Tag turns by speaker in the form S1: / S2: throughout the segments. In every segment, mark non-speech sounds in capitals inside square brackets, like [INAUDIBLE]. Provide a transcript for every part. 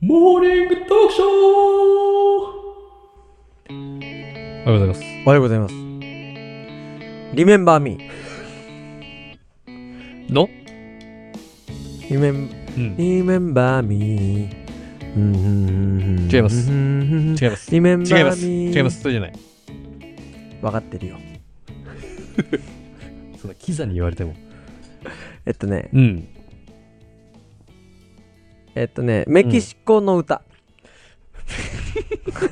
S1: モーニングトークショーおはようございます。
S2: おはようございます。リメンバーミー。
S1: の
S2: リメン、
S1: うん。
S2: リメンバーミー。
S1: 違います
S2: 違
S1: 違います。
S2: リメンバ
S1: 違いま
S2: ー
S1: す。
S2: ミー。
S1: 違います。。それじゃない。
S2: わかってるよ。
S1: そのキザに言われても。
S2: えっとね、
S1: うん。
S2: えっとね、メキシコの歌。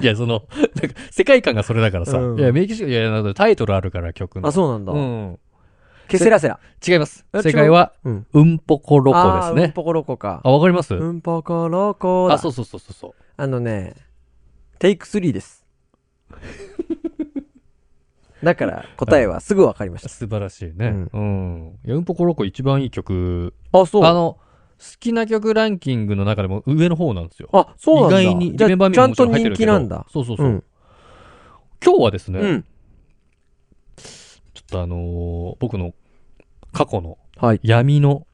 S1: いや、その、なんか、世界観がそれだからさ。
S2: うん
S1: いや、メキシコ、いや、なんかタイトルあるから、曲の。
S2: あ、そうなんだ。
S1: うん。
S2: ケセラセラ。
S1: 違います。
S2: え
S1: 正解は、
S2: うん。
S1: うんぽこロコで
S2: あ
S1: す
S2: ーうん
S1: ね。
S2: ぽこロコか。
S1: あ、わかります
S2: うんぽこロコだ。
S1: あ、そうそうそうそうそ
S2: あのね、テイク3です。
S1: [LAUGHS]
S2: だから答えはすぐわかりまし
S1: う。素晴らしいね。うん。いや、うんぽこロコ一番いい曲
S2: た。あ、そう。
S1: あの、好きな曲ランキングの中でも上の方なんですよ。
S2: あ、そうなんだ。
S1: 意外に、
S2: じゃあ
S1: リメンバーミー
S2: ちゃ
S1: も
S2: ん
S1: もちろ
S2: と
S1: ん入って
S2: 人
S1: る
S2: 気
S1: けど
S2: なんだ。
S1: そうそうそう。
S2: うん。
S1: 今日はですね、
S2: うん。
S1: ちょっとあのー僕の過去の
S2: はい。
S1: 闇の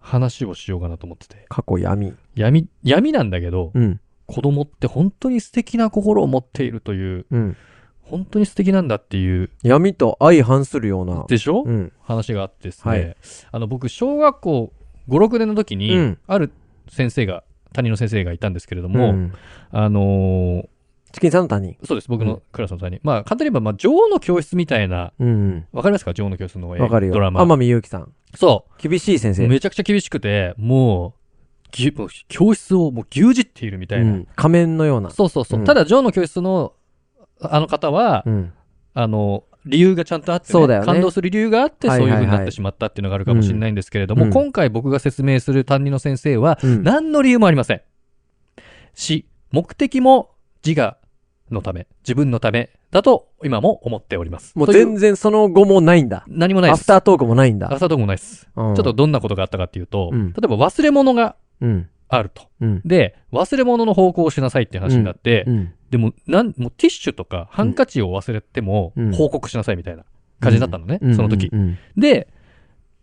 S1: 話をしようかなと思ってて。
S2: 過去闇。
S1: 闇、闇なんだけど、
S2: うん。
S1: 子供って本当に素敵な心を持っているという、
S2: うん。
S1: 本当に素敵なんだっていう、
S2: 闇と相反するような。
S1: でしょ、
S2: うん。
S1: 話があってですね、
S2: はい
S1: あの僕、小学校5、6年の時に、
S2: うん
S1: ある先生が、担任の先生がいたんですけれども、
S2: ん
S1: あのー
S2: チキンさんの他人。
S1: そうです、僕
S2: う
S1: の
S2: ん
S1: クラスの他に。まあ、簡単に言えば、まあ、女王の教室みたいな、
S2: うん。
S1: わかりますか女王の教室の映
S2: わかるよ。
S1: ドラマ。
S2: 天海祐希さん。
S1: そ
S2: 厳しい先
S1: う。
S2: 生。
S1: めちゃくちゃ厳しくて、もう、ぎゅもう教室をもう牛耳っているみたいな。
S2: うん仮面のような。
S1: そうそうそう。
S2: うん
S1: ただ、女王の教室の、ああの方は、
S2: うん。
S1: あの、理由がちゃんとあって、
S2: そうだよね
S1: 感動する理由があって、
S2: はい
S1: そう
S2: はいいうはい
S1: ふうになってしまったっていうのがあるかもしれないんですけれども、
S2: うん
S1: 今回僕が説明する担任の先生は、
S2: うん
S1: 何の理由もありません。し、目的も自我のため、自分のためだと今も思っております。
S2: もう
S1: とい
S2: 全然その後もないんだ。
S1: 何もない
S2: ア
S1: で
S2: フ
S1: す。ア
S2: タートークもないん
S1: フ
S2: だ。
S1: タートークもないです。
S2: ちょ
S1: ちょっと、どんなことがあったかっていうと、
S2: うん
S1: 例えば忘れ物が
S2: うん。
S1: あると。
S2: うん。
S1: で、忘れ物の方向をしなさいっていう話になって、
S2: うん。
S1: でも、なん、もうティッシュとかハンカチを忘れても
S2: うん
S1: 報告しなさいみたいな感じだったのね、
S2: うん
S1: その時、
S2: うん
S1: で、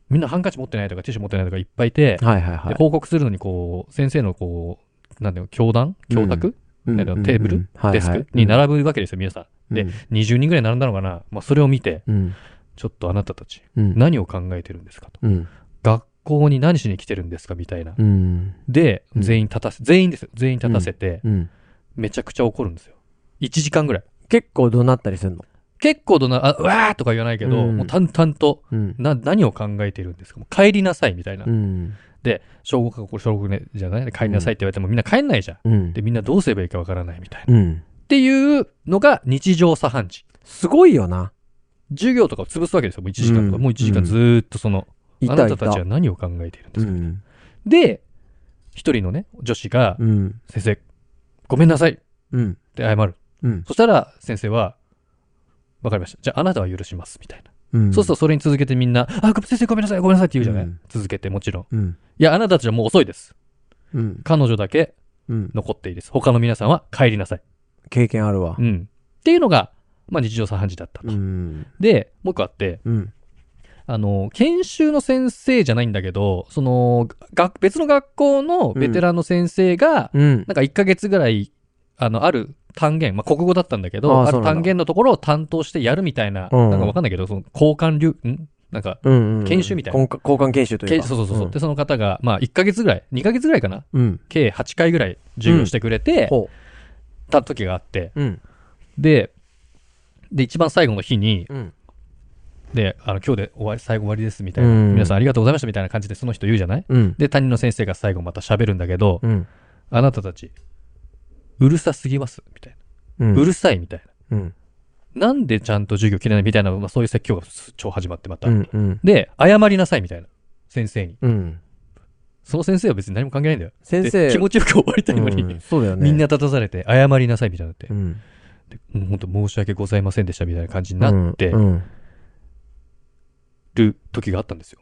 S1: みんなハンカチ持ってないとかティッシュ持ってないとかいっぱいいて、
S2: はいはいは
S1: で
S2: い。
S1: 報告するのにこう、先生のこう、なんだよ、教団教託、
S2: うん
S1: えっとテーブル
S2: うんはいはい
S1: デスクに並ぶわけですよ、皆さん。で、20人ぐらい並んだのかな、まあ、それを見て、
S2: うん。
S1: ちょっとあなたたち、
S2: うん。
S1: 何を考えてるんですかと。
S2: うん。
S1: 学校に何しに来てるんですかみたいな。
S2: うん。
S1: で、
S2: うん
S1: 全員立たせ、全員ですよ。全員立たせて、
S2: うん。
S1: めちゃくちゃ怒るんですよ。1時間ぐらい。
S2: 結構怒鳴ったりするの。
S1: 結構どな、あ、うわーとか言わないけど、
S2: うん
S1: もう淡々と、
S2: うん。
S1: な、何を考えているんですかもう帰りなさい、みたいな。
S2: うん。
S1: で、小学校、これ小学ね、じゃない帰りなさいって言われてもみんな帰んないじゃん。
S2: うん
S1: で、みんなどうすればいいかわからないみたいな。
S2: うん。
S1: っていうのが日常茶飯事。
S2: すごいよな。
S1: 授業とかを潰すわけですよ。もう1時間とか。
S2: うん
S1: もう1時間ずーっとその、
S2: い
S1: あ
S2: た
S1: ないたたち
S2: た
S1: は。何を考えているんで
S2: う
S1: すか、
S2: ん。
S1: で、一人のね、女子が、
S2: うん。
S1: 先生、ごめんなさいっ
S2: うん。
S1: て謝る。
S2: うん。
S1: そしたら、先生は、わかりました。じゃあ、あなたは許します、みたいな。
S2: うん。
S1: そうすると、それに続けてみんな、あ、先生ごめんなさい、ごめんなさいって言うじゃない、
S2: うん
S1: 続けて、もちろん。
S2: うん。
S1: いや、あなたたちはもう遅いです。
S2: うん。
S1: 彼女だけ
S2: うん。
S1: 残っていいです。他の皆さんは帰りなさい。
S2: 経験あるわ
S1: う。ん。っていうのが、まあ、日常茶飯事だったと。
S2: うん。
S1: で、もう一個あって、
S2: うん。
S1: あの、研修の先生じゃないんだけど、その、が別の学校のベテランの先生が、
S2: うん。
S1: なんか1ヶ月ぐらい、あの、ある単元、まあ、国語だったんだけ
S2: あ
S1: ど、
S2: あ
S1: あ
S2: そう
S1: る
S2: なん
S1: 単
S2: だ
S1: 元のところを担当してやるみたいな、
S2: うん
S1: なんかわかんないけど、その、交換流、んなんか、
S2: うん。
S1: 研修みたいな
S2: 交換交換研修とい
S1: け
S2: うか。
S1: そうそうそうそう。で、その方が、まあ、1ヶ月ぐらい、2ヶ月ぐらいかな、
S2: うん。うん。
S1: 計8回ぐらい授業してくれて、
S2: ほ
S1: た時があって、
S2: う。うん。
S1: で、で、一番最後の日に、
S2: うん。
S1: で、あの、今日で終わり、最後終わりです、みたいな、
S2: うん
S1: 皆さんありがとうございました、みたいな感じでその人言うじゃない
S2: うん。
S1: で、担任の先生が最後また喋るんだけど、
S2: うん。
S1: あなたたち、うるさすぎます、みたい
S2: うん。
S1: な。うるさい、みたい
S2: うん。
S1: な。なんでちゃんと授業切れない、みたいな、まあ、そういう説教が超始まって、また。
S2: うん。うん。
S1: で、謝りなさい、みたいな。先生に。
S2: うん。
S1: その先生は別に何も関係ないんだよ。で
S2: 先生。
S1: 気持ちよく終わりたいのに、
S2: うんそうだよね。
S1: みんな。立たされて、謝りなさいみたいになって、
S2: うん。
S1: もう本当申し訳ございませんでしたみたいな感じになって
S2: うん。
S1: る時があったんですよ。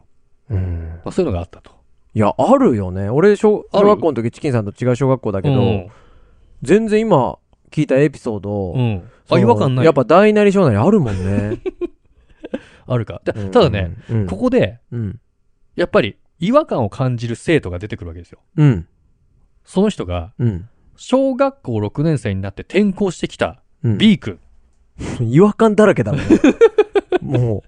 S2: うん。
S1: まあ、そういうのがあったと。
S2: いや、あるよね。俺、小
S1: ある
S2: 小学校の時、チキンさんと違う小学校だけ
S1: う
S2: ど、
S1: ん
S2: 全然今、聞いたエピソード、
S1: うん。
S2: そ
S1: あ、
S2: の
S1: 違和感ない。
S2: やっぱ大なり小なりあるもんね。
S1: あるか。だ [LAUGHS] ただね、
S2: うん、
S1: ここで、
S2: うん。
S1: やっぱり違和感を感じる生徒が出てくるわけですよ。
S2: うん。
S1: その人が、
S2: うん。
S1: 小学校6年生になって転校してきた
S2: うん。
S1: B 君。
S2: 違和感だらけだもん。
S1: [LAUGHS]
S2: もう。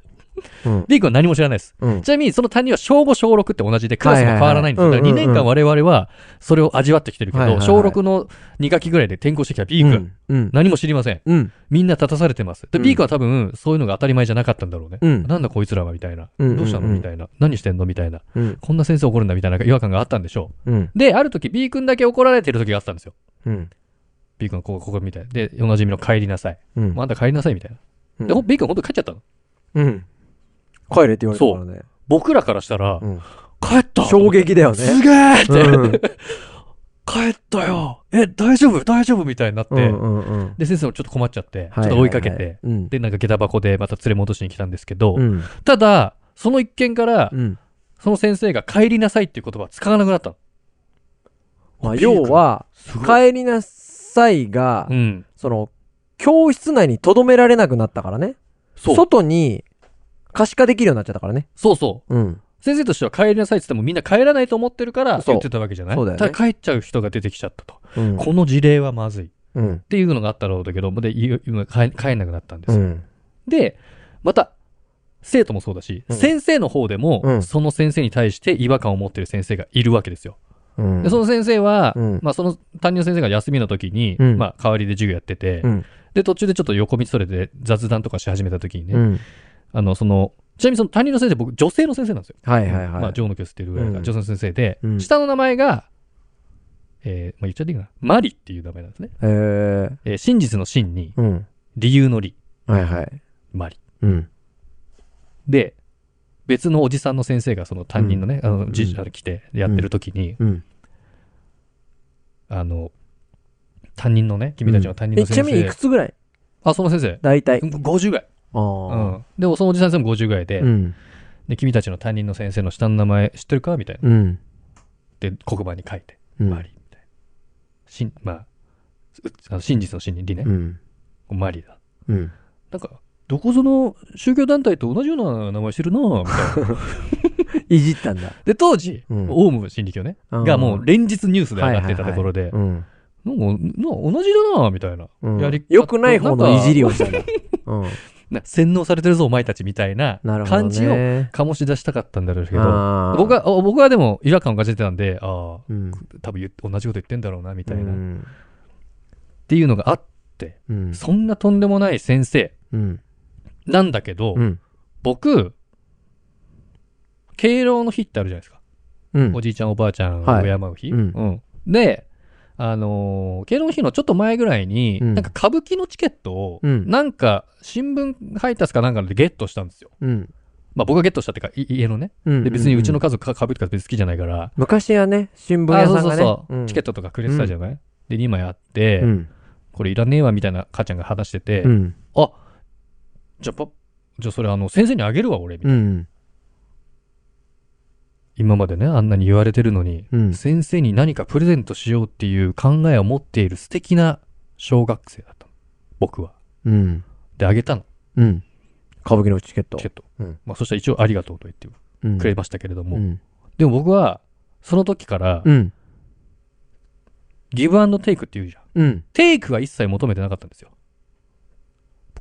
S2: うん。
S1: B 君は何も知らないです。
S2: うん
S1: ち。なみに、その担任は小5、小6って同じで、クラスも変わらないんですよ。
S2: はい
S1: だ
S2: は
S1: か
S2: いは
S1: ら
S2: い
S1: 2年間我々は、それを味わってきてるけ
S2: はいはい
S1: ど、
S2: はい
S1: 小6の2学期ぐらいで転校してきた B 君。
S2: うん。
S1: 何も知りません。
S2: うん。
S1: みんな立たされてます。で、
S2: うん
S1: B 君は多分、そういうのが当たり前じゃなかったんだろうね。
S2: うん
S1: なんだこいつらは、みたいな。
S2: うん
S1: どうしたの
S2: うん
S1: みたいな。何してんのみたいな。
S2: うん。
S1: こんな先生怒るんだみたいな違和感があったんでしょ
S2: うん。
S1: う。で、ある時 B 君だけ怒られてる時があったんですよ。
S2: うん。
S1: B 君ここ、ここみたいな。で、おなじみの帰りなさい。
S2: うん。
S1: まだ帰りなさいみたいな。で、
S2: う
S1: ほ
S2: ん
S1: B 君本当に帰っちゃったの。
S2: うん。帰れって言われたからね。
S1: 僕らからしたら、
S2: うん
S1: 帰った
S2: 衝撃だよね。
S1: すげえって、
S2: うん
S1: 帰ったよえ、大丈夫大丈夫みたいになって、
S2: うんうんうん。
S1: で、先生もちょっと困っちゃって、ちょ
S2: は
S1: っ
S2: はは
S1: と追いかけて、。
S2: うん。
S1: で、なんか下駄箱でまた連れ戻しに来たんですけど、
S2: うん。
S1: ただ、その一件から、
S2: うん。
S1: その先生が帰りなさいっていう言葉は使わなくなったの。
S2: まあ、
S1: ビー
S2: 要
S1: ル
S2: は、
S1: すごい。
S2: 帰りなさいが
S1: う、ん。
S2: その、教室内に留められなくなったからね。
S1: そう。
S2: 外に可視化できるようになっちゃったからね。
S1: そうそう。
S2: うん。
S1: 先生としては帰りなさいって言ってもみんな帰らないと思ってるから
S2: そう
S1: 言ってたわけじゃない
S2: そうだよね
S1: ただ帰っちゃう人が出てきちゃったと。
S2: うん。
S1: この事例はまずい。っ
S2: うん。
S1: ていうのがあったろうだけど、で、い今帰帰んなくなったんです
S2: う
S1: よ。
S2: ん。
S1: で、また、生徒もそうだし、
S2: うん
S1: 先生の方でも、
S2: うん
S1: その先生に対して違和感を持ってる先生がいるわけですよ。
S2: うん。
S1: でその先生は、
S2: うん
S1: まあその担任の先生が休みの時に、
S2: うん
S1: まあ代わりで授業やってて、
S2: うん
S1: で、途中でちょっと横道それで雑談とかし始めた時にね、
S2: うん。
S1: あの、その、ちなみにその担任の先生、僕、女性の先生なんですよ。
S2: はいはいはい。
S1: まあ、ジョーの教室っていうぐらいだから
S2: うん
S1: 女性の先生で、
S2: うん
S1: 下の名前が、えー、まあ言っちゃっていいかな。マリっていう名前なんですね。
S2: えー、
S1: えー真実の真に、
S2: うん。
S1: 理由の理、
S2: はいはい。
S1: マリ。
S2: うん。
S1: で、別のおじさんの先生がその担任のね、あの、じあの来てやってる時に、
S2: うん。
S1: あの、担任のね、君たちの担任
S2: え、
S1: の
S2: ちな
S1: 先
S2: みにい
S1: 生
S2: く。つぐらい
S1: あ、その先生。
S2: 大体。
S1: 50ぐらい。
S2: あ
S1: う
S2: あ。
S1: ん。で、そのおじさん先生も50ぐらいで
S2: う、ん。
S1: で、君たちの担任の先生の下の名前知ってるかみたいな。
S2: うん。
S1: で、黒板に書いて。
S2: うん。
S1: マリーみたいな。しん、まあ、うあの真実の真理ね
S2: う。ん。
S1: マリーだ。
S2: うん。
S1: なんか、どこぞの宗教団体と同じような名前してるなぁみたいな。
S2: いじったんだ。
S1: で、当時、
S2: うん
S1: オウム真理教ね、
S2: うん
S1: がもう連日ニュースで上がってたところで、
S2: うん。
S1: なんか、な同じだなぁみたいな。
S2: うん
S1: やり
S2: 良くない方のいじりをしたんだ。
S1: [LAUGHS]
S2: うん。
S1: な洗脳されてるぞ、お前たちみたいな
S2: なるほど。
S1: 感じを
S2: ね。
S1: 醸し出したかったんだろうけど、
S2: あー
S1: 僕、は、お僕はでも違和感を感じてたんで、ああ、
S2: うん。
S1: 多分言っ同じこと言ってんだろうな、みたいな、
S2: う
S1: っ
S2: ん
S1: ていうのがあって、
S2: うん。
S1: そんなとんでもない先生
S2: うん。
S1: なんだけど、
S2: うん。
S1: 僕、敬老の日ってあるじゃないですか。
S2: うん
S1: お。じいちゃんおばあちゃんを
S2: はい
S1: 敬う日。
S2: うん
S1: うんで、あのー敬老の日のちょっと前ぐらいに、
S2: うん
S1: なんか歌舞伎のチケットを、
S2: うん
S1: なんか新聞配達かなんかでゲットしたんですよ。
S2: うん。
S1: まあ僕がゲットしたっていうか、い家のね。
S2: うん。
S1: で別にうちの家族か歌舞伎とか別に好きじゃないから、
S2: 昔はね、新聞
S1: あ
S2: 屋
S1: そう
S2: さん
S1: そう
S2: がね。
S1: そう、チケッ
S2: ト
S1: トとかくれてたじゃない、で、2枚あって、
S2: うん。
S1: これいらねえわみたいな母ちゃんが話してて、
S2: うん。
S1: あ、じゃあパじゃあそれあの先生にあげるわ俺、みたいな
S2: うん。
S1: 今までね、あんなに言われてるのに、
S2: うん。
S1: 先生に何かプレゼントしようっていう考えを持っている素敵な小学生だったの。僕は。
S2: うん。
S1: で、あげたの、
S2: うん。歌舞伎のチケット
S1: チケ。ット。
S2: うん
S1: まあ、そしたら一応ありがとうと言って
S2: うん
S1: くれましたけれども。
S2: うん。
S1: でも僕は、その時から、
S2: うん。
S1: ギブアンドテイクって言うじゃん。
S2: うん。
S1: テイクは一切求めてなかったんですよ。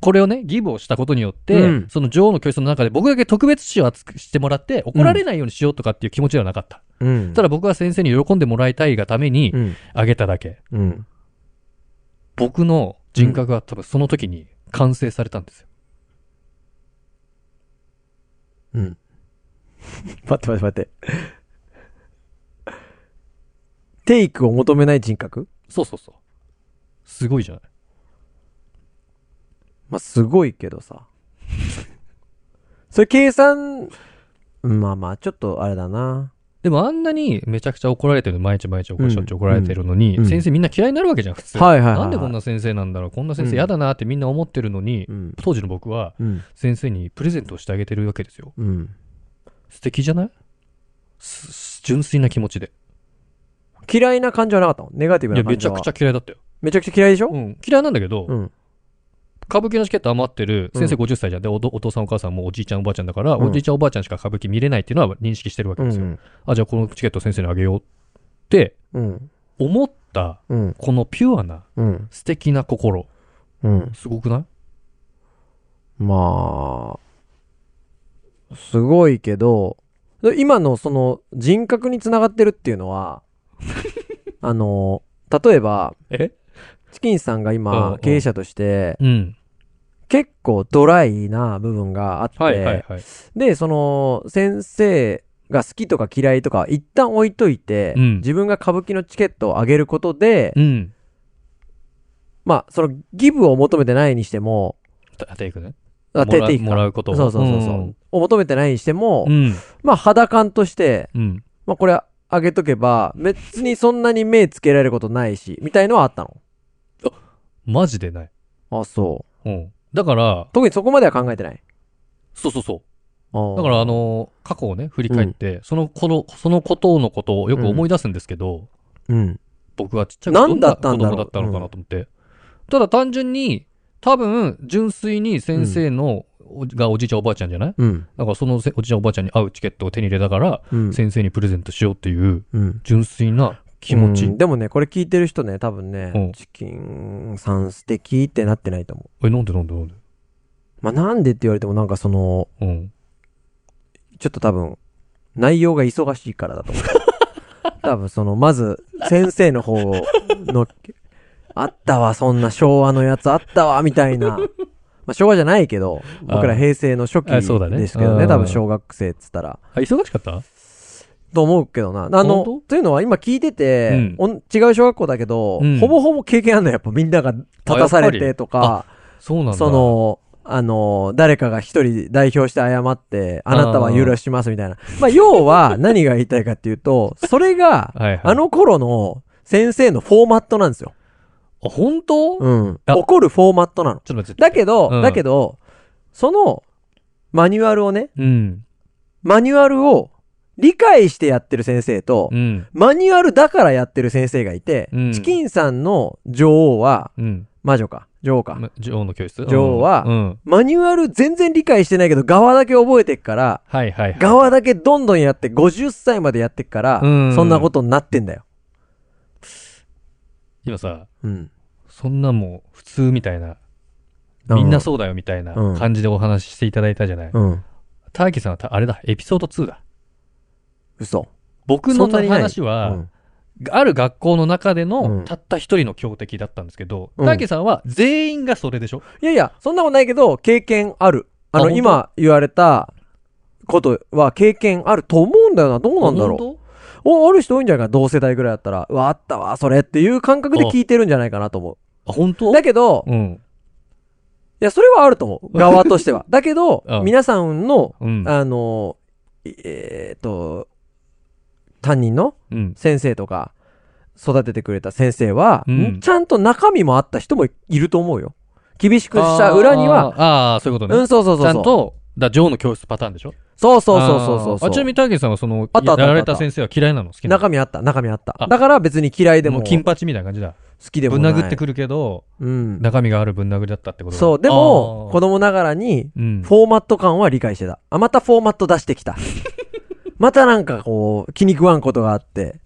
S1: これをね、ギブをしたことによって、
S2: うん
S1: その女王の教室の中で僕だけ特別視を厚くしてもらって、怒られないようにしようとかっていう気持ちではなかった。
S2: うん。
S1: ただ僕は先生に喜んでもらいたいがために
S2: う、ん。
S1: あげただけ。
S2: うん。
S1: 僕の人格は多分その時に完成されたんですよ。
S2: うん。 [LAUGHS] 待って待って待って。テイクを求めない人格
S1: そうそうそう。すごいじゃない。
S2: まあ、すごいけどさ。それ計算、まあまあ、ちょっとあれだな。
S1: でもあんなにめちゃくちゃ怒られてる、毎日毎日怒ら
S2: うん
S1: しょっちゅう怒られてるのに、
S2: うん
S1: 先生みんな嫌いになるわけじゃん、普通。
S2: はいはいはいはい。
S1: なんでこんな先生なんだろう、こんな先生嫌だなってみんな思ってるのに、
S2: うん。
S1: 当時の僕は
S2: うん。
S1: 先生にプレゼントをしてあげてるわけですよ。
S2: うん。
S1: 素敵じゃないすす純粋な気持ちで。
S2: 嫌いな感じはなかったのネガティブ
S1: いや、
S2: な
S1: め
S2: 感
S1: ち
S2: じ
S1: ゃ
S2: は。
S1: くちゃ嫌いだったよ。
S2: めちゃくちゃ嫌いでしょ
S1: うん、嫌いなんだけど、
S2: うん。
S1: 歌舞伎のチケット余ってる、
S2: うん
S1: 先生50歳じゃん。でおど、お父さんお母さんもおじいちゃんおばあちゃんだから、
S2: うん
S1: おじいちゃんおばあちゃんしか歌舞伎見れないっていうのは認識してるわけ
S2: う
S1: ですよ。
S2: ん。
S1: あ、じゃあこのチケット先生にあげようって
S2: うん。
S1: 思った、
S2: うん、
S1: このピュアな、
S2: うん、
S1: 素敵な心。
S2: うん。
S1: すごくない
S2: まあ、すごいけど、今のその人格につながってるっていう
S1: [LAUGHS]
S2: のは、あの、例えば、
S1: え
S2: チキンさんが
S1: うんう
S2: 今
S1: ん、
S2: 経営者として、
S1: うん。
S2: 結構ドライな部分があって、
S1: はいはいはい。
S2: で、その、先生が好きとか嫌いとか、一旦置いといて、
S1: うん
S2: 自分が歌舞伎のチケットをあげることで、
S1: うん。
S2: まあ、その、ギブを求めてないにしても、
S1: たテイクね。も
S2: あ
S1: ら
S2: 手いくか
S1: もらうことを
S2: そうそうそうそう、
S1: うん
S2: を求めてないにしても、
S1: うん。
S2: まあ、肌感として、
S1: うん。
S2: まあ、これ、あげとけば、別にそんなに目つけられることないし、みたいのはあった
S1: マジでない。
S2: の。あ、そう。
S1: うん。だから、
S2: 特にそこまでは考えてない。
S1: そうそうそう。だ
S2: だ
S1: からあ、の過去をね振り返って、そのこのそのことのことをよく思い出すんですけど、
S2: うん。
S1: 僕がちっちゃい頃どん
S2: 何だ
S1: な
S2: った
S1: 子
S2: んだろ
S1: 供だ
S2: う
S1: ったのかなと思って、ただ単純に多分純粋に先生の、おがおじいちゃんおばあちゃんじゃない
S2: うん。
S1: だからそのせおじいちゃんおばあちゃんに会うチケットを手に入れたから、
S2: うん。
S1: 先生にプレゼントしようっていう
S2: うん。
S1: 純粋な気持ち、
S2: うんでもね、これ聞いてる人ね、多分ね、
S1: うん
S2: チキンさん素敵ってなってないと思う。
S1: えなんでなんでなんで
S2: まあ、なんでって言われてもなんかその、
S1: うん
S2: ちょっと多分、内容が忙しいからだと思う。 [LAUGHS] 多分その、まず、先生の方の、あったわ、そんな昭和のやつあったわ、みたいな。まあ、昭和じゃないけど、僕ら平成の初期
S1: あそうだね
S2: ですけど
S1: う
S2: ね、
S1: ん
S2: 多分小学生っつったら。
S1: あ忙しかった
S2: と思うけどな。あの
S1: 本、
S2: というのは今聞いてて、
S1: う
S2: おん違う小学校だけど、
S1: うん
S2: ほぼほぼ経験あるのよやっぱみんなが立たされ
S1: あや
S2: て
S1: っぱり
S2: とか、
S1: そうなんだ
S2: その、あの、誰かが一人代表して謝って、あなたは許しますみたいな。まあ、要は何が言いたいかっていうと、それが、
S1: はいはい
S2: あの頃の先生のフォーマットなんですよ。
S1: あ本当、ちょっ
S2: うん。
S1: あ
S2: 怒るフォーマットなの。
S1: と待って
S2: だけど、
S1: うん
S2: だけど、その、マニュアルをね、
S1: うん
S2: マニュアルを理解してやってる先生と、
S1: うん
S2: マニュアルだからやってる先生がいて、
S1: うん
S2: チキンさんの女王は、
S1: うん
S2: 魔女か、女王か。
S1: ま女王の教室
S2: 女王は
S1: うん、
S2: マニュアル全然理解してないけど、側だけ覚えてっから、
S1: はいはいはい
S2: 側だけどんどんやって、50歳までやってっから、
S1: うん
S2: そんなことになってんだよ。
S1: 今さ
S2: うん。
S1: そんなもう普通みたいな、みんなそうだよみたいな
S2: うん
S1: 感じでお話ししていただいたじゃない。
S2: うん。うん。
S1: ターキーさんはたあれだ、エピソード2だ。
S2: 嘘。
S1: 僕
S2: そ
S1: の
S2: んなにない
S1: 話
S2: う
S1: は、
S2: ん。
S1: ある学校の中で
S2: う
S1: の
S2: ん
S1: たった一人の強敵だったんですけど、
S2: うん
S1: ターキーさんは全員がそれでしょ
S2: いやいや、そんなことないけど、経験ある。
S1: あ
S2: あの、
S1: 本当
S2: 今言われたことは経験あると思うんだよな。どうなんだろう。
S1: 本
S2: お、ある人多いんじゃないかな。同世代ぐらいだったら、うわ、あったわ、それっていう感覚で聞いてるんじゃないかなと思
S1: 当あ、本
S2: う。
S1: 当
S2: だけど、
S1: うん。
S2: いや、それはあると思う。側としては。だけ
S1: [LAUGHS]
S2: ど
S1: う、ん
S2: 皆さんの、
S1: うん。
S2: あの、いえーっと、担任の
S1: うん。
S2: 先生とか、育ててくれた先生は、
S1: うん
S2: ちゃんと中身もあった人もいると思うよ。厳しくした裏に
S1: あ
S2: は、
S1: ーあー、そういうこと
S2: う
S1: ね。
S2: ん、そうそうそう
S1: ち
S2: そ
S1: ゃ
S2: う。
S1: んと、だ、女王の教室パターンでしょ
S2: そうそうそうそうそう
S1: あーあちなみにターキーさんはその、
S2: あったあったあった
S1: やられた先生は嫌いなの好きなの
S2: 中身あった、中身あった。
S1: あ
S2: だから別に嫌いでも、
S1: う金八みたいな感じだ。
S2: 好きでも
S1: ぶん
S2: ない。
S1: 殴ってくるけど、
S2: うん。
S1: 中身があるぶん殴りだったってことだ
S2: そう、でも、
S1: あー
S2: 子供ながらに、
S1: うん。
S2: フォーマット感は理解してた。あ、またフォーマット出して
S1: [LAUGHS]
S2: きた。またなんかこう、気に食わんことがあって、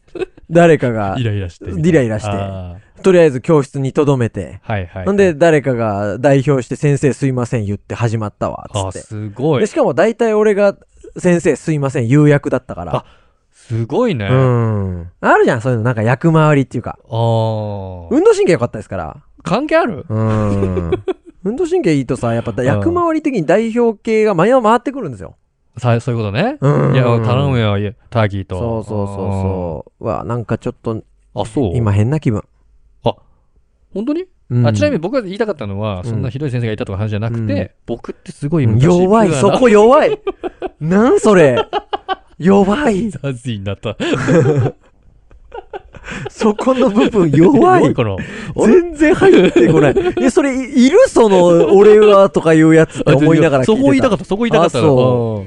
S2: 誰かが
S1: イ、ライラしてみたいな。
S2: イライラして
S1: あー
S2: とりあえず教室に留めて、
S1: はいはい。
S2: なんで、誰かが代表して先生すいません言って始まったわ、
S1: あ、
S2: つって。
S1: すご
S2: で
S1: い。
S2: しかも大体俺が先生すいません言う役だったから。
S1: すごいね。
S2: う
S1: あ
S2: ん。あるじゃん、そういうの。なんか役回りっていうか。
S1: あ。
S2: 運動神経良かったですから。
S1: 関係ある [LAUGHS]
S2: うん。運動神経いいとさ、やっぱ
S1: ん
S2: 役回り的に代表系が前を回ってくるんですよ。
S1: さそういうことね。
S2: うん
S1: いや、頼むよ、いやターキーと。
S2: そうそうそうそう。うわ、なんかちょっと、
S1: う。あ、そう。
S2: 今変な気分。
S1: 本当に
S2: うん
S1: あ、ちなみに僕が言いたかったのは、
S2: ん
S1: そんなひどい先生がいたとか話じゃなく
S2: うん
S1: て、僕ってすごい
S2: うん
S1: 昔
S2: 弱い、
S1: ピュア
S2: そ
S1: な [LAUGHS]
S2: こ弱い。なんそれ。弱い。
S1: ザーズィーになった。
S2: そこの部
S1: [LAUGHS]
S2: 分弱
S1: すご
S2: い。
S1: かな
S2: 全然入って
S1: [LAUGHS]
S2: こない。え、それ、いいるその、俺はとかいうやつって思いながら聞いてた。
S1: そこ言いたかった、そこ言いたかったな
S2: あそ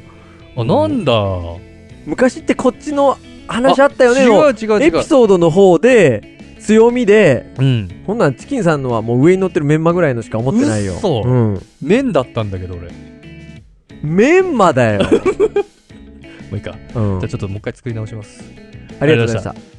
S1: うんあ、なんだ。
S2: 昔ってこっちの話あったよね
S1: 違
S2: の
S1: う違う
S2: エ
S1: 違う
S2: ピ。ソードの方で、強みで、
S1: うん。
S2: こんなんチキンさんのはもう上に乗ってるメンマぐらいのしか思ってないよ。
S1: 嘘
S2: うん。
S1: 麺だったんだけど、俺。も
S2: メ
S1: [LAUGHS]
S2: ンマだよ。
S1: ういいか。
S2: うん
S1: じゃあちょっともう一回作り直します。
S2: ありがとうございました。